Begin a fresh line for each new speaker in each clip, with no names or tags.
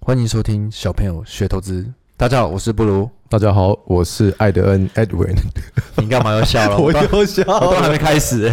欢迎收听小朋友学投资。大家好，我是布鲁。
大家好，我是艾德恩 Edwin，
你干嘛要笑了？
我
我都
又笑
我都还
了。
没开 始，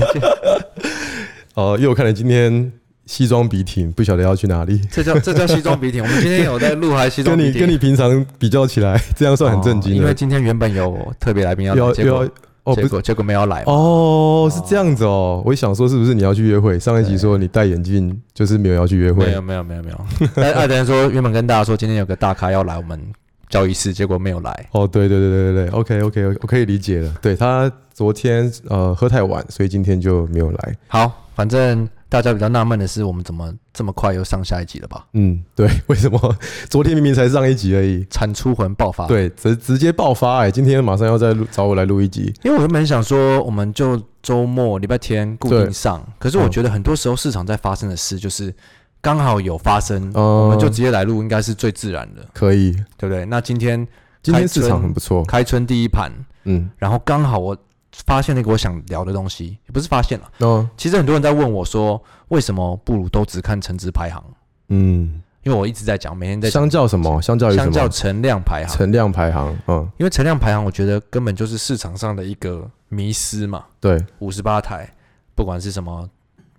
哦，因为我看了今天西装笔挺，不晓得要去哪里。
这叫这叫西装笔挺。我们今天有在录还西装
跟
笔
你
挺，
跟你平常比较起来，这样算很震
哦
惊
因
了。
为今天原本有特别来宾要来，
要
结果
要哦不
结
是
果结果没有来嘛。
哦是这样子哦，我想说是不是你要去约会？上一集说你戴眼镜就是没有要去约
没
会
有，没有没有没有。 哎但艾德说原本跟大家说今天有个大咖要来我们交易室，结果没有来。
哦，对对对对对对，OK OK OK，我可以理解了。对他昨天呃喝太晚，所以今天就没有来。
好，反正大家比较纳闷的是，我们怎么这么快又上下一集了吧？
嗯，对，为什么昨天明明才上一集而已？
产出魂爆发。，
对，直直接爆发哎、今天马上要再录找我来录一集。
因为我原本想说，我们就周末礼拜天固定
对
上，可是我觉得很多时候市场在发生的事就是。刚好有发生，
哦
我们就直接来录，应该是最自然的，
可以，
对不对？那今天
今天
开
市
春
场很不错。
开春第一盘，
嗯，
然后刚好我发现了一个我想聊的东西，也不是发现了，
哦，
其实很多人在问我说，为什么布鲁都只看成值排行？
嗯，
因为我一直在讲，每天在讲
相较什么？相较于什
相较
么？
存量排行，
存量排行。嗯，
因为存量排行，我觉得根本就是市场上的一个迷失嘛。
对，
五十八台，不管是什么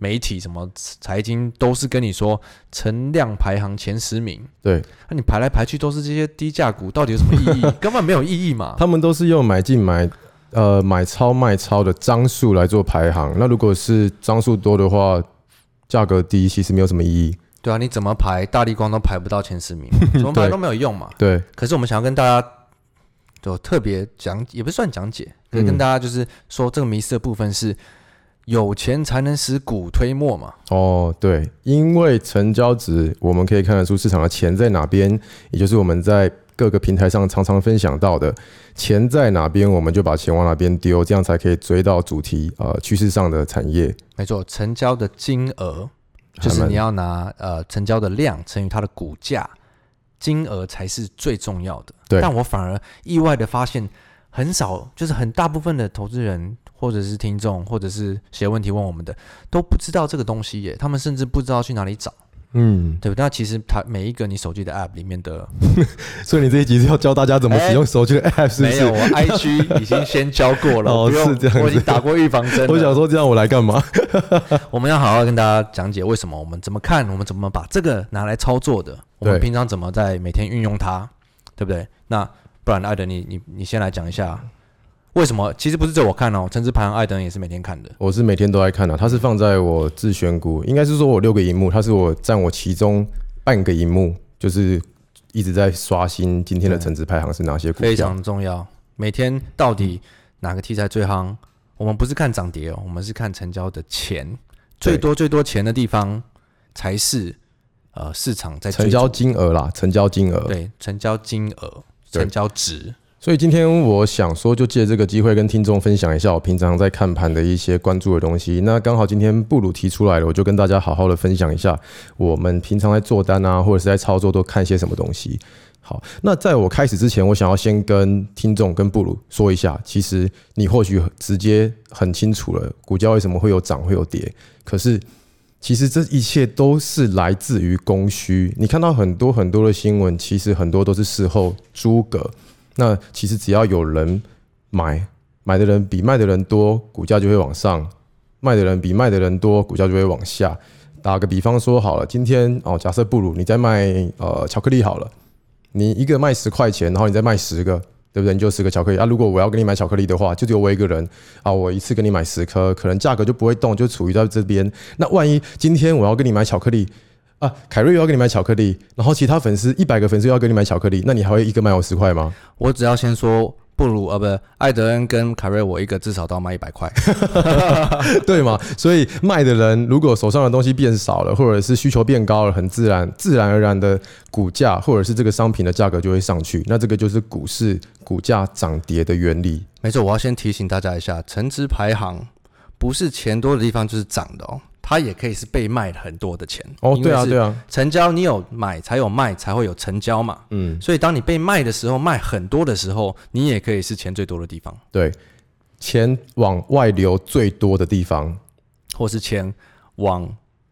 媒体、什么财经，都是跟你说存量排行前十名。
对，
那、你排来排去都是这些低价股，到底有什么 意义？根本没有意义嘛。
他们都是用买进买。呃，买超卖超的张数来做排行。那如果是张数多的话，价格低其实没有什么意义。
对啊，你怎么排大力光都排不到前十 名，怎么排
对
都没有用嘛。
对，
可是我们想要跟大家就特别讲，也不算讲解，可是跟
嗯
大家就是说这个迷失的部分是，有钱才能使骨推磨嘛。
哦，对，因为成交值我们可以看得出市场的钱在哪边，也就是我们在各个平台上常常分享到的，钱在哪边，我们就把钱往哪边丢，这样才可以追到主题呃趋势上的产业。
没错，成交的金额就是你要拿呃成交的量乘以它的股价，金额才是最重要的。
对
但我反而意外的发现，很少就是很大部分的投资人或者是听众或者是写问题问我们的都不知道这个东西耶，他们甚至不知道去哪里找，
嗯，
对不对？那其实它每一个你手机的 App 里面的
所以你这一集是要教大家怎么使用手机的 app，是
哎
不
没
是？
有，我 IG 已经先教过了，
哦
不用
是这样子
我已经打过预防针了。
我想说这样我来干 嘛？
我们要好好跟大家讲解为什么我们怎么看，我们怎么把这个拿来操作的，我们平常怎么在每天运用它，对不对？那不然，艾德，你你你先来讲一下，为什么？其实不是只有我看哦，陈志盘艾德也是每天看的。
我是每天都在看啊的、它是放在我自选股，应该是说我六个荧幕，它是我占我其中半个荧幕，就是一直在刷新今天的
对
成值排行是哪些股
非
票。
常重要。每天到底哪个题材最夯？我们不是看涨跌哦，我们是看成交的钱，
对
最多最多钱的地方才是呃市场在追
成交
逐
金额啦，成交金额。
对成交金额、
对
成交值。
所以今天我想说，就借这个机会跟听众分享一下我平常在看盘的一些关注的东西。那刚好今天布鲁提出来了，我就跟大家好好的分享一下我们平常在做单啊，或者是在操作都看些什么东西。好，那在我开始之前，我想要先跟听众跟布鲁说一下，其实你或许直接很清楚了，股价为什么会有涨会有跌，可是其实这一切都是来自于供需。你看到很多很多的新闻，其实很多都是事后诸葛。那其实只要有人买，买的人比卖的人多，股价就会往上；卖的人比卖的人多，股价就会往下。打个比方说好了，今天哦，假设布鲁你在卖呃巧克力好了，你一个卖十块钱，然后你再卖十个，对不对？你就十个巧克力啊。如果我要跟你买巧克力的话，就只有我一个人啊，我一次跟你买十颗，可能价格就不会动，就处于在这边。那万一今天我要跟你买巧克力。啊，凯瑞又要跟你买巧克力，然后其他粉丝一百个粉丝又要跟你买巧克力，那你还会一个卖我十块吗？
我只要先说，不如呃，不，艾德恩跟凯瑞，我一个至少都要卖一百块。
对嘛？所以卖的人如果手上的东西变少了，或者是需求变高了，很自然，自然而然的股价或者是这个商品的价格就会上去。那这个就是股市股价涨跌的原理。
没错，我要先提醒大家一下，成值排行不是钱多的地方就是涨的哦，它也可以是被卖很多的钱。
哦，对啊，对
啊，
啊，
成交你有买才有卖，才会有成交嘛。
嗯，
所以当你被卖的时候，卖很多的时候，你也可以是钱最多的地方，
对，钱往外流最多的地方，
或是钱往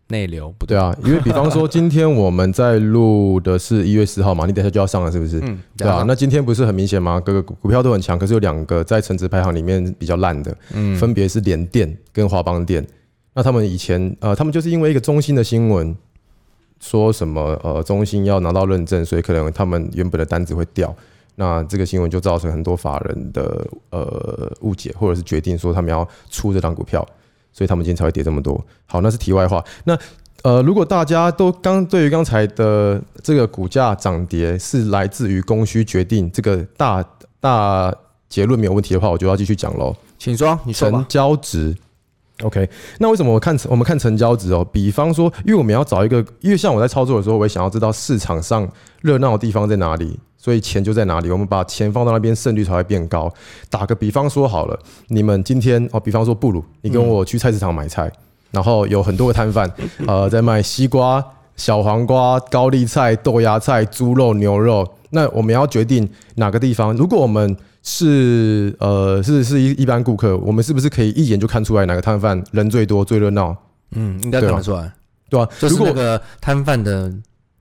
内流不
对啊，因为比方说今天我们在录的是一月四号嘛，你等一下就要上了，是不是？
嗯，
对啊，那今天不是很明显吗？各个股股票都很强，可是有两个在成值排行里面比较烂的，
嗯
分别是联电跟华邦电。那他们以前呃，他们就是因为一个中兴的新闻，说什么呃中兴要拿到认证，所以可能他们原本的单子会掉。那这个新闻就造成很多法人的呃误解，或者是决定说他们要出这张股票，所以他们今天才会跌这么多。好，那是题外话。那呃，如果大家都刚对于刚才的这个股价涨跌是来自于供需决定这个大大结论没有问题的话，我就要继续讲喽。
请说，你说
成
吧。
交值。OK，那为什么我看我们看成交值哦？比方说，因为我们要找一个，因为像我在操作的时候，我也想要知道市场上热闹的地方在哪里，所以钱就在哪里。我们把钱放到那边，胜率才会变高。打个比方说好了，你们今天哦，比方说布鲁，你跟我去菜市场买菜，然后有很多个摊贩，呃，在卖西瓜、小黄瓜、高丽菜、豆芽菜、猪肉、牛肉。那我们要决定哪个地方，如果我们是呃是是一一般顾客，我们是不是可以一眼就看出来哪个摊贩人最多最热闹，
嗯，应该
对啊
看得出来，
对吧、
就
如
是
果
那个摊贩的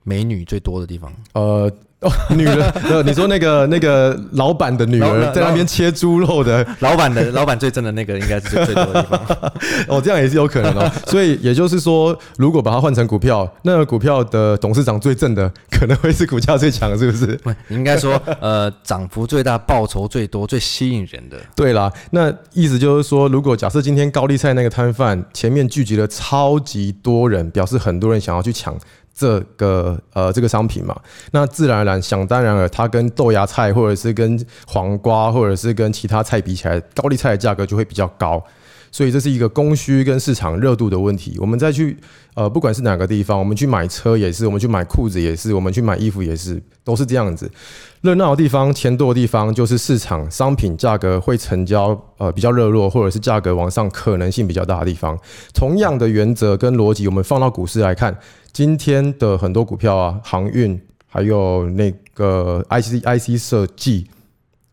美女最多的地方。
呃。哦， 女人，呃，你说那个那个老板的女
老
儿
老
在那边切猪肉的，
老板的 老板最正的那个应该是最最多的地方。
哦，这样也是有可能哦。所以也就是说，如果把它换成股票，那个股票的董事长最正的可能会是股价最强的，是不是？
不你应该说，呃，涨幅最大、报酬最多、最吸引人的，
对啦，那意思就是说，如果假设今天高丽菜那个摊贩前面聚集了超级多人，表示很多人想要去抢这个呃这个商品嘛，那自然而然想当然了，它跟豆芽菜或者是跟黄瓜或者是跟其他菜比起来，高丽菜的价格就会比较高。所以这是一个供需跟市场热度的问题。我们再去呃，不管是哪个地方，我们去买车也是，我们去买裤子也是，我们去买衣服也是，都是这样子。热闹的地方、钱多的地方，就是市场商品价格会成交，呃，比较热络，或者是价格往上可能性比较大的地方。同样的原则跟逻辑，我们放到股市来看，今天的很多股票啊，航运，还有那个 IC IC 设计，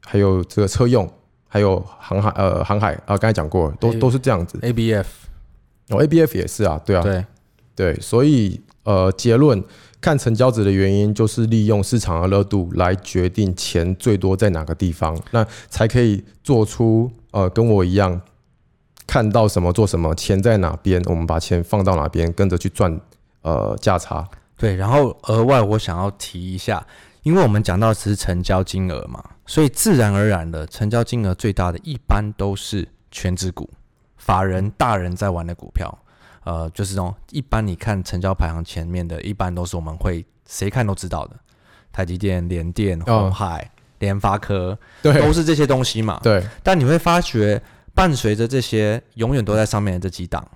还有这个车用，还有航海呃航海啊，刚、才讲过了，都都是这样子。
ABF
哦，ABF 也是啊，呃对啊，
对，
对，所以呃，结论看成交值的原因就是利用市场的热度来决定钱最多在哪个地方，那才可以做出呃跟我一样看到什么做什么，钱在哪边，我们把钱放到哪边，跟着去赚呃价差。
对，然后额外我想要提一下，因为我们讲到只是成交金额嘛，所以自然而然的成交金额最大的一般都是全指股、法人
嗯
大人在玩的股票，呃，就是这种一般你看成交排行前面的，一般都是我们会谁看都知道的，台积电、联电、
哦
红海、联发科，
对
都是这些东西嘛。
对，
但你会发觉，伴随着这些永远都在上面的这几档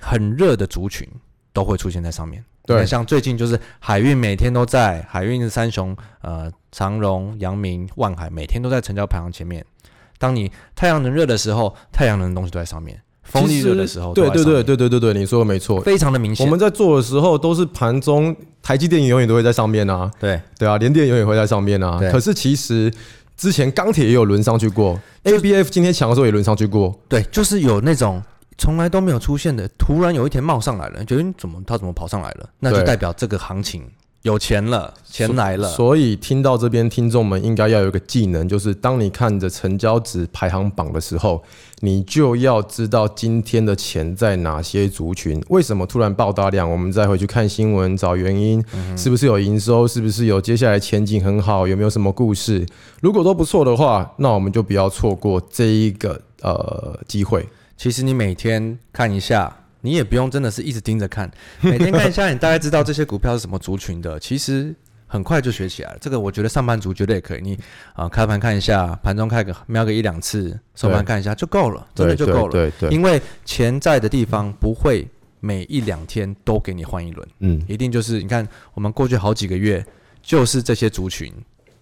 很热的族群，都会出现在上面。
对
你看像最近就是海运每天都在，海运三雄，呃，长荣、阳明、万海每天都在成交排行前面。当你太阳能热的时候，太阳能的东西都在上面；风力热的时候，
对对对
对，
对对对对，你说的没错。
非常的明
我
显。
们在做的时候都是盘中，台积电永远都会在上面啊，
对
对啊，联电永远会在上面啊
对。
可是其实之前钢铁也有轮上去过
就
，ABF 今天强的时候也轮上去过，
对，就是有那种。从来都没有出现的，突然有一天冒上来了，你觉得你嗯怎么他怎么跑上来了？那就
对
代表这个行情有钱了，钱来了。
所以听到这边，听众们应该要有一个技能，就是当你看着成交值排行榜的时候，你就要知道今天的钱在哪些族群，为什么突然爆大量？我们再回去看新闻找原因，
嗯
是不是有营收？是不是有接下来前景很好？有没有什么故事？如果都不错的话，那我们就不要错过这一个呃机会。
其实你每天看一下，你也不用真的是一直盯着看，每天看一下，你大概知道这些股票是什么族群 的。其实很快就学起来了。这个我觉得上班族绝对也可以，你啊、开盘看一下，盘中看个瞄个一两次，收盘看一下就够了，真的就够了。
对对，对
因为钱在的地方不会每一两天都给你换一轮，
嗯，
一定就是你看我们过去好几个月就是这些族群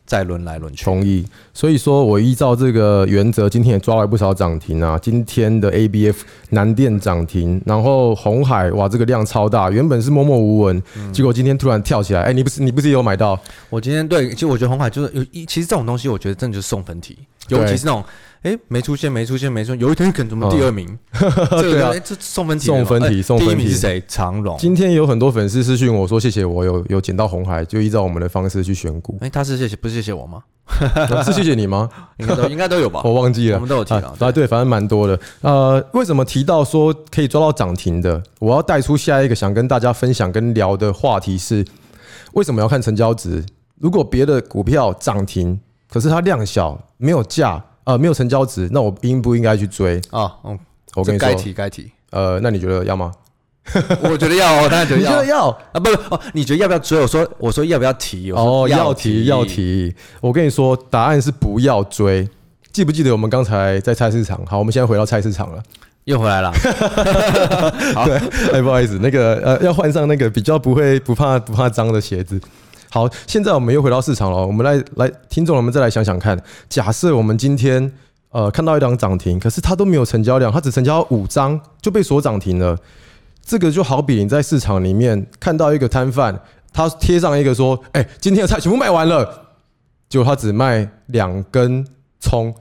在轮来轮去。
同意。所以说我依照这个原则，今天也抓了不少涨停啊。今天的 ABF 南电涨停，然后红海哇，这个量超大，原本是默默无闻，结果今天突然跳起来。哎、你不是你不是也有买到？
我今天对，其实我觉得红海就是有一，其实这种东西我觉得真的就是送分题。尤其是那种哎没出现没出现没出现，有一天可能怎么第二 名，这
对
个
啊
哎这送分题
送
了嘛
分
哎
题送
第一
分
名
题
是谁？长龙，
今天有很多粉丝私讯我说谢谢我有有捡到红海，就依照我们的方式去选
，
股
哎他是谢谢不是谢谢我 吗？
啊是谢谢你吗？
应该都应该都有吧，
我忘记
我
了。
们都有提到
啊，哦啊，对，反正蛮多的。呃，为什么提到说可以抓到涨停的？我要带出下一个想跟大家分享跟聊的话题是，为什么要看成交值？如果别的股票涨停，可是它量小，没有价，呃，没有成交值，那我应不应该去追？
啊，嗯，
哦我跟你
这该
说，
提该提，
呃，那你觉得要吗？
我觉得 要，我当然觉得
你觉
要
得要？
啊，不不哦，你觉得要不要追？我说我说要不要提？我说
哦，要提
提
要，提。我跟你说，答案是不要追。记不记得我们刚才在菜市场？好，我们现在回到菜市场了。
又回来了，
哎，不好意思，那个呃，要换上那个比较不会不怕不怕脏的鞋子。好，现在我们又回到市场了，我们来来，听众们再来想想看，假设我们今天呃看到一档涨停，可是它都没有成交量，它只成交五张就被锁涨停了。这个就好比你在市场里面看到一个摊贩，他贴上一个说：“哎、今天的菜全部卖完了。”结果他只卖两根葱，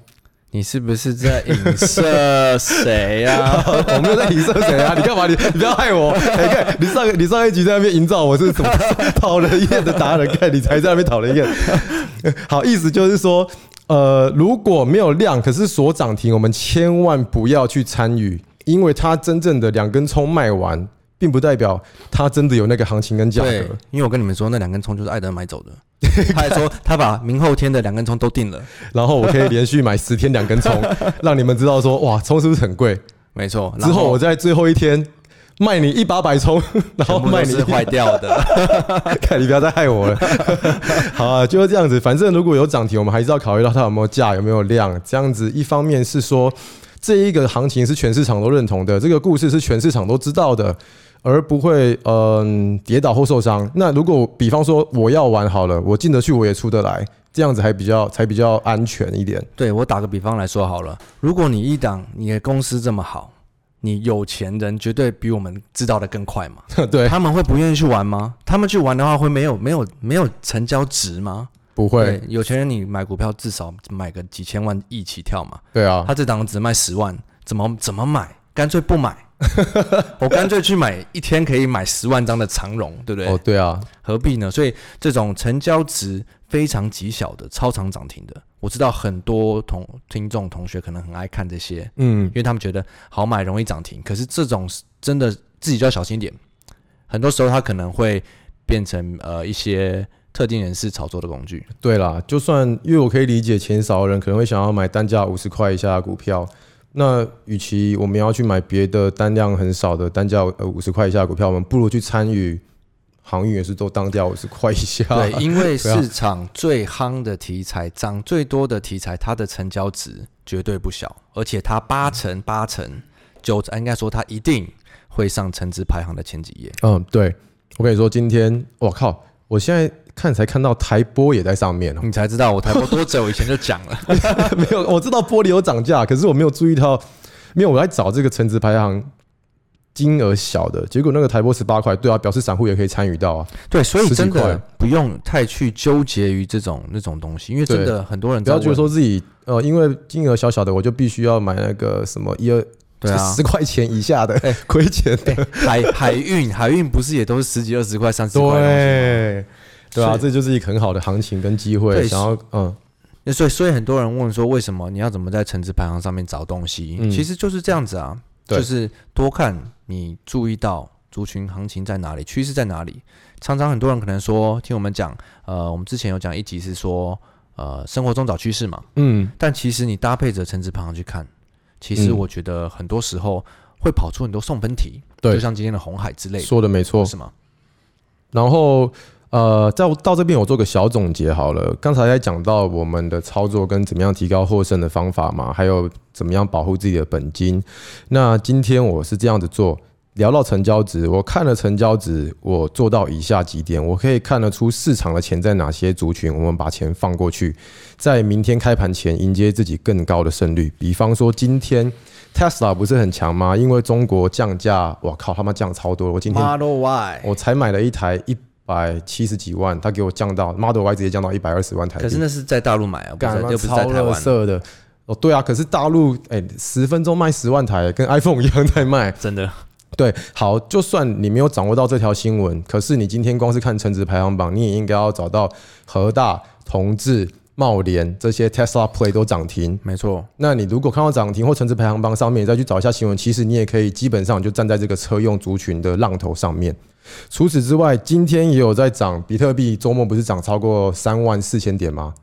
你是不是在影射谁啊呀？
我没有在影射谁啊！你干嘛？你你不要害我！哎、看你上你上一集在那边营造我是什么讨人厌的达人，看你才在那边讨人厌。 好，意思就是说，呃，如果没有量，可是所涨停，我们千万不要去参与，因为它真正的两根葱卖完，并不代表它真的有那个行情跟价 格
对。，因为我跟你们说，那两根葱就是艾德买走的。 他还说他把明后天的两根葱都定了，
然后我可以连续买十天两根 葱，让你们知道说，哇，葱是不是很贵？
没错。
之后我在最后一天卖你一把百葱， 然后
全部
卖
都
你
是坏掉的，
看，你不要再害我了。好啊，就是这样子。反正如果有涨停，我们还是要考虑到它有没有价，有没有量。这样子，一方面是说这一个行情是全市场都认同的，这个故事是全市场都知道的，而不会嗯、跌倒或受伤。那如果比方说我要玩好了，我进得去，我也出得来，这样子还比较才比较安全一点。
对我打个比方来说好了，如果你一档你的公司这么好，你有钱人绝对比我们知道的更快嘛？
对，
他们会不愿意去玩吗？他们去玩的话，会没有没有没有成交值吗？
不会，，
有钱人你买股票至少买个几千万亿起跳嘛，
对啊，
他这档只卖十万，怎么怎么买？干脆不买， 我干脆去买一天可以买十万张的长荣，对不对？
哦，对啊，
何必呢？所以这种成交值非常极小的超长涨停的，我知道很多同听众同学可能很爱看这些，
嗯
因，为他们觉得好买容易涨停。可是这种是真的自己就要小心一点，很多时候它可能会变成呃一些特定人士炒作的工具。
对啦，就算因为我可以理解钱少的人可能会想要买单价五十块以下的股票，那与其我们要去买别的单量很少的单价呃五十块以下的股票，我们不如去参与航运也是都当价五十块以下。
对， 因为
对啊
市场最夯的题材、涨最多的题材，它的成交值绝对不小，而且它八成、八成、九成，应该说它一定会上成值排行的前几页。
嗯，对，我跟你说，今天我靠，我现在看才看到台波也在上面哦，
你才知道我台播多久以前就讲了，
没有，我知道玻璃有涨价，可是我没有注意到，没有我在找这个橙值排行。金额小的，结果那个台波十八块，对啊，表示散户也可以参与到啊。
对，所以
十几
真的
块
不用太去纠结于这种那种东西，因为真
对
的很多人
不
在
要觉得
问
说自己呃，因为金额小小的，我就必须要买那个什么一二
对啊，
十块钱以下的 亏钱的，
海海运，海运不是也都是十几、二十块、三十块的
对对啊，这就是一个很好的行情跟机会。
对
想要嗯，
东西？所以，所以很多人问说，为什么你要怎么在成值排行上面找东西？
嗯
其实就是这样子啊，
对
就是多看，你注意到族群行情在哪里，趋势在哪里。常常很多人可能说，听我们讲，呃，我们之前有讲一集是说，呃，生活中找趋势嘛，
嗯，
但其实你搭配着成值排行去看，其实
嗯
我觉得很多时候会跑出很多送分题，
对
就像今天的红海之类的，
说的没错。
是吗？
然后呃，在到这边我做个小总结好了。刚才在讲到我们的操作跟怎么样提高获胜的方法嘛，还有怎么样保护自己的本金。那今天我是这样子做。聊到成交值，我看了成交值，我做到以下几点，我可以看得出市场的钱在哪些族群，我们把钱放过去，在明天开盘前迎接自己更高的胜率。比方说今天 Tesla 不是很强吗？因为中国降价，我靠，他妈降超多了，我今天
Model Y，
我才买了一台一百七十几万，他给我降到 Model Y 直接降到一百二十万台币。
可是那是在大陆买啊，不
干
是
嘛
又不是在
超
台
垃
湾，
圾的。哦，对啊，可是大陆哎，十、分钟卖十万台，跟 iPhone 一样在卖。
真的
对，好，就算你没有掌握到这条新闻，可是你今天光是看成值排行榜，你也应该要找到和大、同志、茂联这些 Tesla Play 都涨停。
没错。
那你如果看到涨停或成值排行榜上面，你再去找一下新闻，其实你也可以基本上就站在这个车用族群的浪头上面。除此之外，今天也有在涨，比特币周末不是涨超过三万四千点吗？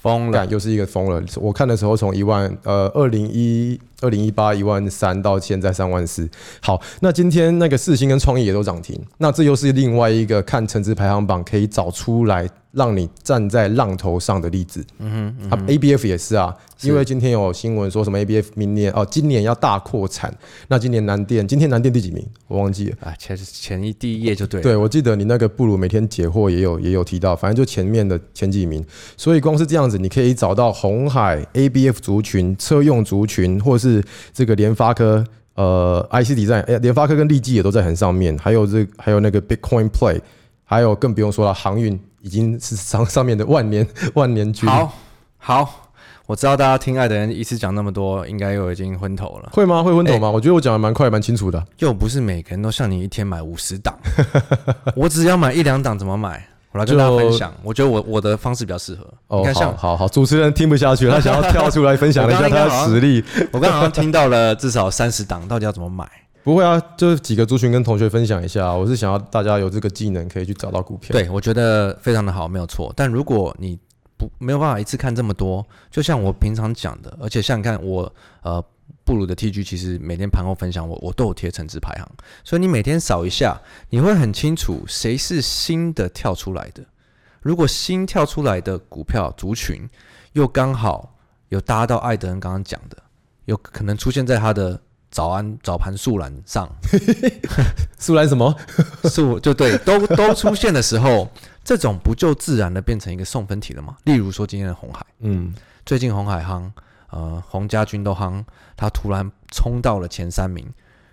疯了
干，又是一个疯了。我看的时候从一万呃二零一二零一八一万三到现在三万四。好，那今天那个四星跟创意也都涨停，那这又是另外一个看成值排行榜可以找出来让你站在浪头上的例子。嗯哼，啊，ABF 也是啊，因为今天有新闻说什么 ABF 明年哦，今年要大扩产。那今年南电，今天南电第几名？我忘记了。
啊！前前一第一页就对了，啊
对，我记得你那个布鲁每天解惑也有也有提到，反正就前面的前几名，所以光是这样子，你可以找到红海 ABF 族群、车用族群，或是这个联发科。呃，IC d 在，哎，联发科跟利基也都在很上面，还有这还有那个 Bitcoin Play，还有更不用说了，航运已经是上上面的万年 万年军。，
好好，我知道大家听爱的人一次讲那么多，应该又已经昏头了。
会吗？会昏头
哎
吗？我觉得我讲的蛮快，蛮清楚的。
又不是每个人都像你一天买五十档， 我只要买一两档，怎么买？我来跟大家分享，我觉得我我的方式比较适合。
哦
你，看
好
像
好好，主持人听不下去了，他想要跳出来分享一
我
下
刚刚应该啊
他
好
的
像
实力。
我刚刚好像听到了至少三十档，到底要怎么买？
不会啊，就是几个族群跟同学分享一下啊。我是想要大家有这个技能，可以去找到股票。，
对，我觉得非常的好，没有错。但如果你不没有办法一次看这么多，就像我平常讲的，而且像你看我呃布鲁的 TG，其实每天盘后分享我我都有贴成值排行，所以你每天扫一下，你会很清楚谁是新的跳出来的。如果新跳出来的股票族群又刚好有搭到艾德恩刚刚讲的，有可能出现在他的早安早盘速栏上，
苏兰什么？
是我就对，都都出现的时候， 这种不就自然的变成一个送分题了吗？例如说今天的红海，
嗯，
最近红海夯，呃，黄家军都夯，他突然冲到了前三名。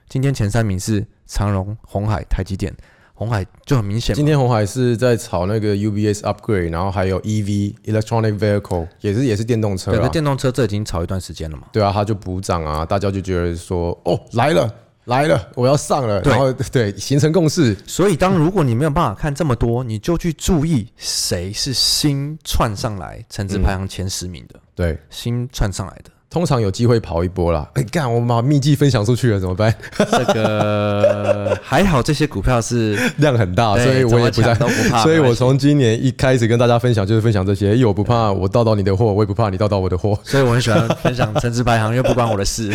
今天前三名是长荣、红海、台积电，红海就很明显
今
嘛，
天红海是在炒那个 UBS upgrade，然后还有 EV electronic vehicle，也是也是电动车
对，那
啊。
电动车这已经炒一段时间了嘛。
对啊，它就补涨啊，大家就觉得说，哦，来了来了，我要上了，
对
然后 对形成共识。
所以，当如果你没有办法看这么多，你就去注意谁是新窜上来，成值排行前十名的，
对，
嗯新窜上来的。
通常有机会跑一波啦。哎，干，我们把秘籍分享出去了，怎么办？
这个 还好，这些股票是
量很大，
对
所以我也
怎
不
么
在
抢都不怕
所以
没
我
关系
从今年一开始跟大家分享，就是分享这些，因哎为我不怕我倒到你的货，我也不怕你倒到我的货
所以我很喜欢分享城市排行，因为不关我的事，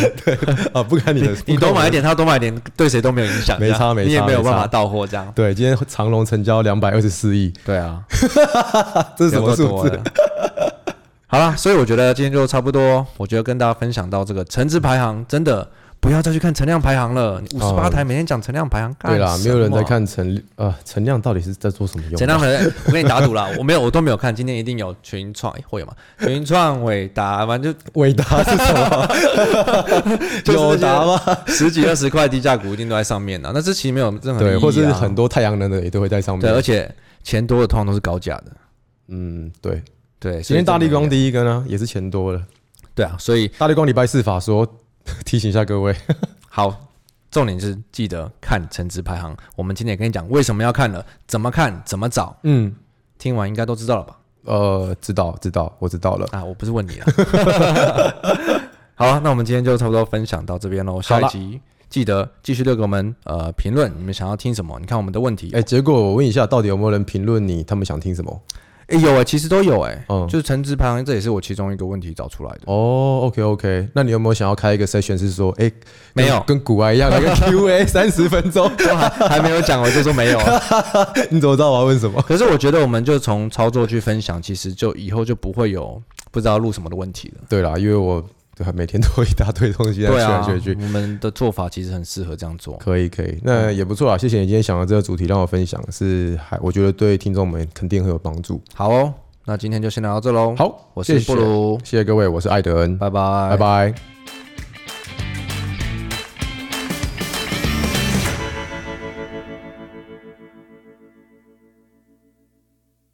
啊，不干你的，
你
不干
多
我的
买一。点，他多买一点，对谁都没有影响，
没
这样
差没
你也
差
没有
没
办
差
法到货这样。
对，今天长隆成交两百二十四亿，
对啊，
这是什啊么
有够
数
多啊
字
的？好了，所以我觉得今天就差不多，我觉得跟大家分享到这个城市排行，真的不要再去看存量排行了，五十八
哦
台每天讲存量排行，
对啦，
干什
没有人在
么。啊
看陈呃陈亮到底是在做什么用
陈？亮排行， 我跟你打赌啦，我没有，我都没有看，今天一定有群创诶会有吗？群创伟达，反正就
伟达是 什么？
就是
有达吗？
十几二十块低价股一定都在上面呢、那这其实没有任何意义、啊，
对，或者是很多太阳能的也都会在上
对，而
面。
且钱多的通常都是高价的，
嗯，对，
对。
今
所以
天大力
这个
光第一个呢也是钱多了。
对啊，所以
大力光礼拜四法说 提醒一下各位，
好，重点是记得看成值排行。我们今天也跟你讲为什么要看了，怎么看，怎么找，
嗯，
听完应该都知道了吧？
呃，知道知道，我知道了。
啊，我不是问你啊。 好啊，那我们今天就差不多分享到这边喽。下
好
一
啦
集记得继续留给我们呃评论，你们想要听什么？你看我们的问题，
哎、结果我问一下，到底有没有人评论你他们想听什么？
诶有哎、其实都有哎、
嗯
就是成值排行，这也是我其中一个问题找出来的。
哦，OK OK，那你有没有想要开一个 session 是说，哎、
没有
跟古玩一样，来 个 Q&A 三十分钟，
都还还没有讲，我就说没有啊。
你怎么知道我要问什么？
可是我觉得我们就从操作去分享，其实就以后就不会有不知道录什么的问题了。
对啦，因为我对啊每天都一大堆东西在学
对啊
来学，去。
我们的做法其实很适合这样做。
可以可以，那也不错啊！谢谢你今天想到这个主题让我分享，是还我觉得对听众们肯定很有帮助。
好哦，那今天就先聊到这喽。，
好，
我是
谢
布
谢
鲁，
谢谢各位，我是艾德恩，
拜拜，
拜拜